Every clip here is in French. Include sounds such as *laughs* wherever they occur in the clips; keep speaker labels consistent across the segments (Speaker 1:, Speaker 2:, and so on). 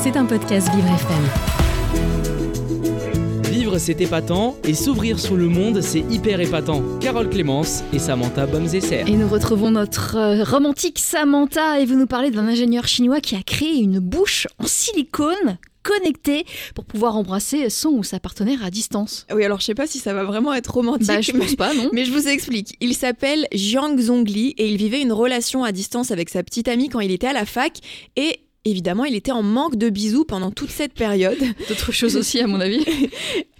Speaker 1: C'est un podcast Vivre
Speaker 2: FM. Vivre, c'est épatant et s'ouvrir sur le monde, c'est hyper épatant. Carole Clémence et Samantha Bomzesser.
Speaker 1: Et nous retrouvons notre euh, romantique Samantha et vous nous parlez d'un ingénieur chinois qui a créé une bouche en silicone connecté pour pouvoir embrasser son ou sa partenaire à distance.
Speaker 3: Oui, alors je sais pas si ça va vraiment être romantique.
Speaker 1: Bah, je pense
Speaker 3: mais,
Speaker 1: pas, *laughs* non.
Speaker 3: Mais je vous explique. Il s'appelle Jiang Zongli et il vivait une relation à distance avec sa petite amie quand il était à la fac et Évidemment, il était en manque de bisous pendant toute cette
Speaker 1: *laughs*
Speaker 3: période.
Speaker 1: D'autres choses aussi, à mon avis.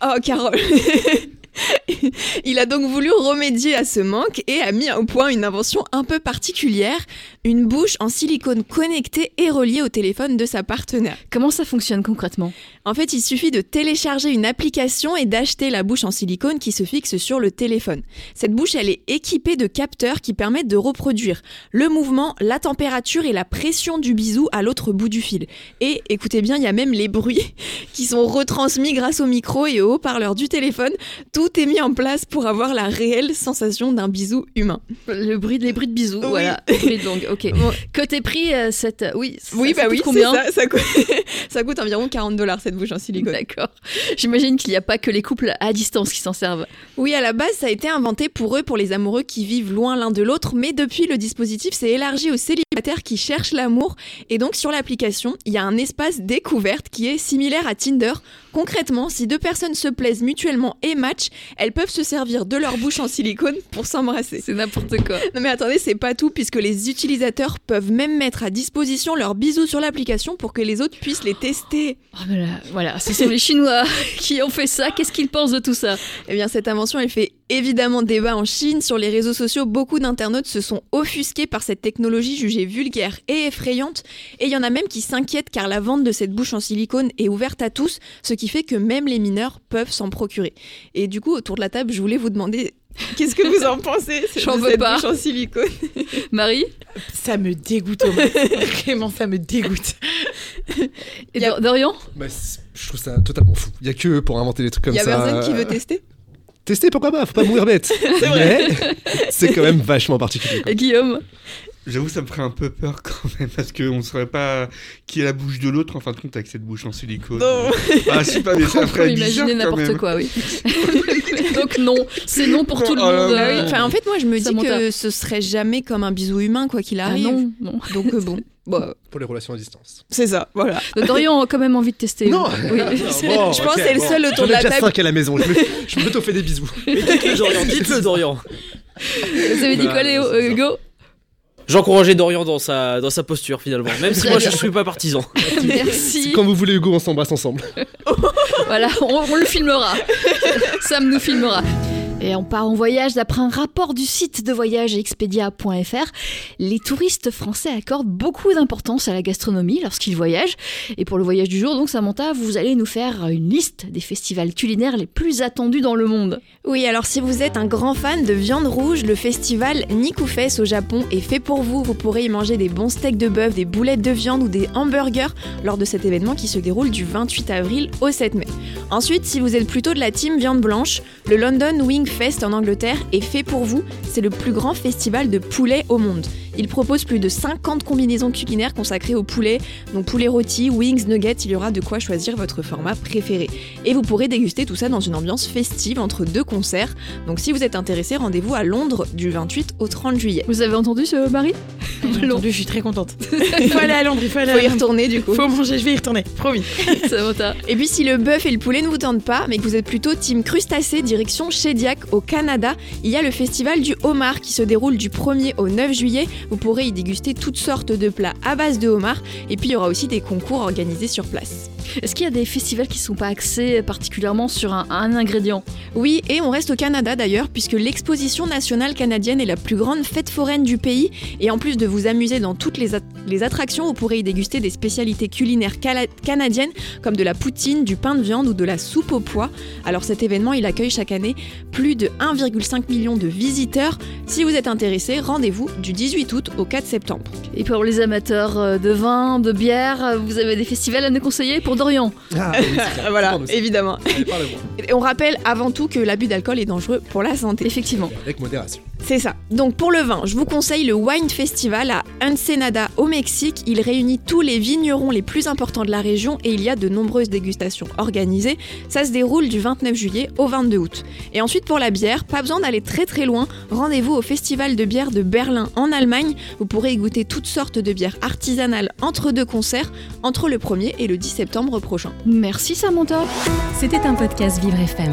Speaker 3: oh, Carole *laughs* Il a donc voulu remédier à ce manque et a mis au point une invention un peu particulière, une bouche en silicone connectée et reliée au téléphone de sa partenaire.
Speaker 1: *laughs* Comment ça fonctionne concrètement
Speaker 3: En fait, il suffit de télécharger une application et d'acheter la bouche en silicone qui se fixe sur le téléphone. Cette bouche, elle est équipée de capteurs qui permettent de reproduire le mouvement, la température et la pression du bisou à l'autre bout du fil. Et écoutez bien, il y a même les bruits *laughs* qui sont retransmis grâce au micro et au haut-parleur du téléphone. Tout est mis en place pour avoir la réelle sensation d'un bisou humain.
Speaker 1: Le bruit, les bruits de bisous, oui. voilà. Les longues, ok. Bon. Côté prix, euh, cette, euh, oui, ça,
Speaker 3: oui,
Speaker 1: ça
Speaker 3: bah
Speaker 1: coûte
Speaker 3: oui,
Speaker 1: combien
Speaker 3: ça, ça, coûte, *laughs* ça coûte environ 40 dollars cette bouche en silicone.
Speaker 1: D'accord. J'imagine qu'il n'y a pas que les couples à distance qui s'en servent.
Speaker 3: Oui, à la base, ça a été inventé pour eux, pour les amoureux qui vivent loin l'un de l'autre, mais depuis, le dispositif s'est élargi aux célibataires qui cherchent l'amour. Et donc, sur l'application, il y a un espace découverte qui est similaire à Tinder. Concrètement, si deux personnes se plaisent mutuellement et matchent, elles peuvent se servir de leur bouche en silicone pour s'embrasser.
Speaker 1: C'est n'importe quoi.
Speaker 3: Non mais attendez, c'est pas tout puisque les utilisateurs peuvent même mettre à disposition leurs bisous sur l'application pour que les autres puissent les tester.
Speaker 1: Oh, mais là, voilà, ce sont les Chinois *laughs* qui ont fait ça. Qu'est-ce qu'ils pensent de tout ça
Speaker 3: Eh bien, cette invention, elle fait évidemment débat en Chine. Sur les réseaux sociaux, beaucoup d'internautes se sont offusqués par cette technologie jugée vulgaire et effrayante. Et il y en a même qui s'inquiètent car la vente de cette bouche en silicone est ouverte à tous, ce qui fait que même les mineurs peuvent s'en procurer. Et du coup, autour de la table, je voulais vous demander *laughs* Qu'est-ce que vous en pensez
Speaker 1: J'en veux pas.
Speaker 3: en silicone.
Speaker 1: Marie
Speaker 4: Ça me dégoûte. Au
Speaker 3: *laughs*
Speaker 4: Vraiment, ça me dégoûte.
Speaker 1: Et a... Dorian
Speaker 5: bah, Je trouve ça totalement fou. Il y a que eux pour inventer des trucs comme ça. euh,
Speaker 3: Il y a personne qui veut tester
Speaker 5: Tester, pourquoi pas Faut pas mourir bête.
Speaker 3: *laughs* c'est vrai.
Speaker 5: *laughs* c'est quand même vachement particulier.
Speaker 1: Et Guillaume
Speaker 6: J'avoue, ça me ferait un peu peur *laughs* quand même, parce qu'on ne saurait pas qui est la bouche de l'autre, en fin de compte, avec cette bouche en silicone.
Speaker 3: Non
Speaker 6: Ah, je sais pas, mais ça
Speaker 1: On
Speaker 6: ferait
Speaker 1: peut imaginer n'importe quoi,
Speaker 6: *laughs*
Speaker 1: oui. Donc non, c'est non pour tout le
Speaker 6: Oh là
Speaker 1: monde.
Speaker 6: là.
Speaker 1: euh,
Speaker 3: Enfin, en fait, moi, je me
Speaker 1: Ça
Speaker 3: dis
Speaker 1: monte à-
Speaker 3: que ce serait jamais comme un bisou humain, quoi qu'il
Speaker 1: ah
Speaker 3: arrive.
Speaker 1: non, non.
Speaker 3: Donc euh, bon, bah,
Speaker 5: Pour les relations à distance.
Speaker 3: c'est ça, voilà.
Speaker 1: Donc, Dorian a quand même envie de tester.
Speaker 5: Non, *laughs*
Speaker 1: Oui.
Speaker 3: *laughs* bon, Je pense que c'est le seul autour de la
Speaker 5: J'en ai déjà
Speaker 3: table.
Speaker 5: 5 à la maison. Je me,
Speaker 3: *laughs*
Speaker 5: je me fais des bisous.
Speaker 2: Dites-le, Dorian, dites-le, Dorian.
Speaker 1: Vous avez dit
Speaker 5: Bah,
Speaker 1: quoi, Léo
Speaker 5: c'est ça.
Speaker 1: Euh, Hugo
Speaker 2: J'encourageais Dorian dans sa, dans sa posture, finalement. Même si moi, je suis pas partisan.
Speaker 1: Merci.
Speaker 5: Quand vous voulez, Hugo, on
Speaker 3: *laughs*
Speaker 5: s'embrasse ensemble.
Speaker 1: Voilà, on, on le *laughs* filmera. Sam nous filmera. Et on part en voyage d'après un rapport du site de voyage expedia.fr. Les touristes français accordent beaucoup d'importance à la gastronomie lorsqu'ils voyagent. Et pour le voyage du jour, donc Samantha, vous allez nous faire une liste des festivals culinaires les plus attendus dans le monde.
Speaker 3: Oui, alors si vous êtes un grand fan de viande rouge, le festival Nikufes au Japon est fait pour vous. Vous pourrez y manger des bons steaks de bœuf, des boulettes de viande ou des hamburgers lors de cet événement qui se déroule du 28 avril au 7 mai. Ensuite, si vous êtes plutôt de la team viande blanche, le London Wing Fest en Angleterre est fait pour vous. C'est le plus grand festival de poulet au monde. Il propose plus de 50 combinaisons culinaires consacrées au poulet, donc poulet rôti, wings, nuggets, il y aura de quoi choisir votre format préféré et vous pourrez déguster tout ça dans une ambiance festive entre deux concerts. Donc si vous êtes intéressé, rendez-vous à Londres du 28 au 30 juillet.
Speaker 1: Vous avez entendu ce mari
Speaker 4: J'ai entendu, je suis
Speaker 3: *laughs*
Speaker 4: très contente. Il faut aller à Londres, il faut aller
Speaker 3: Faut y
Speaker 4: à Londres.
Speaker 3: retourner du coup.
Speaker 4: Faut manger, je vais y retourner, promis.
Speaker 1: *laughs* Samantha.
Speaker 3: Et puis si le bœuf et le poulet ne vous tentent pas, mais que vous êtes plutôt team crustacé direction Shediac au Canada, il y a le festival du homard qui se déroule du 1er au 9 juillet. Vous pourrez y déguster toutes sortes de plats à base de homard et puis il y aura aussi des concours organisés sur place.
Speaker 1: Est-ce qu'il y a des festivals qui ne sont pas axés particulièrement sur un, un ingrédient
Speaker 3: Oui, et on reste au Canada d'ailleurs, puisque l'exposition nationale canadienne est la plus grande fête foraine du pays. Et en plus de vous amuser dans toutes les, at- les attractions, vous pourrez y déguster des spécialités culinaires cala- canadiennes, comme de la poutine, du pain de viande ou de la soupe au pois. Alors cet événement, il accueille chaque année plus de 1,5 million de visiteurs. Si vous êtes intéressé, rendez-vous du 18 août au 4 septembre.
Speaker 1: Et pour les amateurs euh, de vin, de bière, euh, vous avez des festivals à nous conseiller pour Dorian
Speaker 5: Ah, oui, c'est clair. Pardon, c'est-
Speaker 3: évidemment.
Speaker 5: Allez, parle-moi.
Speaker 3: Et on rappelle avant tout que l'abus d'alcool est dangereux pour la santé.
Speaker 1: Effectivement.
Speaker 5: Avec modération.
Speaker 3: C'est ça. Donc pour le vin, je vous conseille le Wine Festival à Ensenada au Mexique. Il réunit tous les vignerons les plus importants de la région et il y a de nombreuses dégustations organisées. Ça se déroule du 29 juillet au 22 août. Et ensuite pour la bière, pas besoin d'aller très très loin. Rendez-vous au Festival de bière de Berlin en Allemagne. Vous pourrez y goûter toutes sortes de bières artisanales entre deux concerts, entre le 1er et le 10 septembre prochain.
Speaker 1: Merci Samantha.
Speaker 7: C'était un podcast Vivre FM.